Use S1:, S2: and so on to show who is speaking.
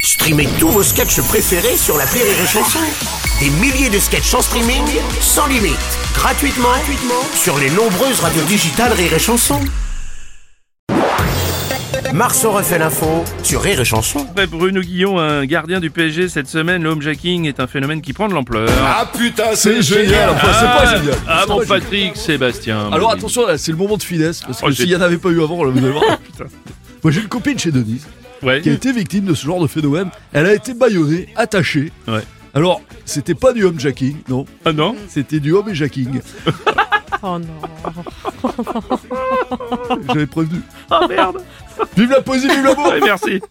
S1: Streamez tous vos sketchs préférés sur la Rire et Chanson. Des milliers de sketchs en streaming, sans limite, gratuitement, gratuitement sur les nombreuses radios digitales Rire et Chanson. Marceau refait l'info sur Rire et Chanson.
S2: Après Bruno Guillon, un gardien du PSG cette semaine, le homejacking est un phénomène qui prend de l'ampleur.
S3: Ah putain, c'est génial. Enfin, c'est pas génial.
S2: Ah
S3: C'est
S2: mon
S3: pas génial.
S2: Patrick Sébastien.
S3: Alors
S2: mon
S3: attention, là, c'est le moment de finesse parce que
S2: Oh, j'ai-
S3: s'il n'y en avait pas eu avant, là, vous allez voir. Moi, j'ai une copine chez Denise
S2: ami. Ouais.
S3: qui a été victime de ce genre de phénomène. Elle a été bâillonnée, attachée.
S2: Ouais.
S3: Alors, c'était pas du homejacking, non,
S2: Ah non
S3: c'était du homejacking.
S4: Oh non.
S3: J'avais prévenu.
S2: Ah merde
S3: Vive la poésie, vive l'amour
S2: Ouais, Merci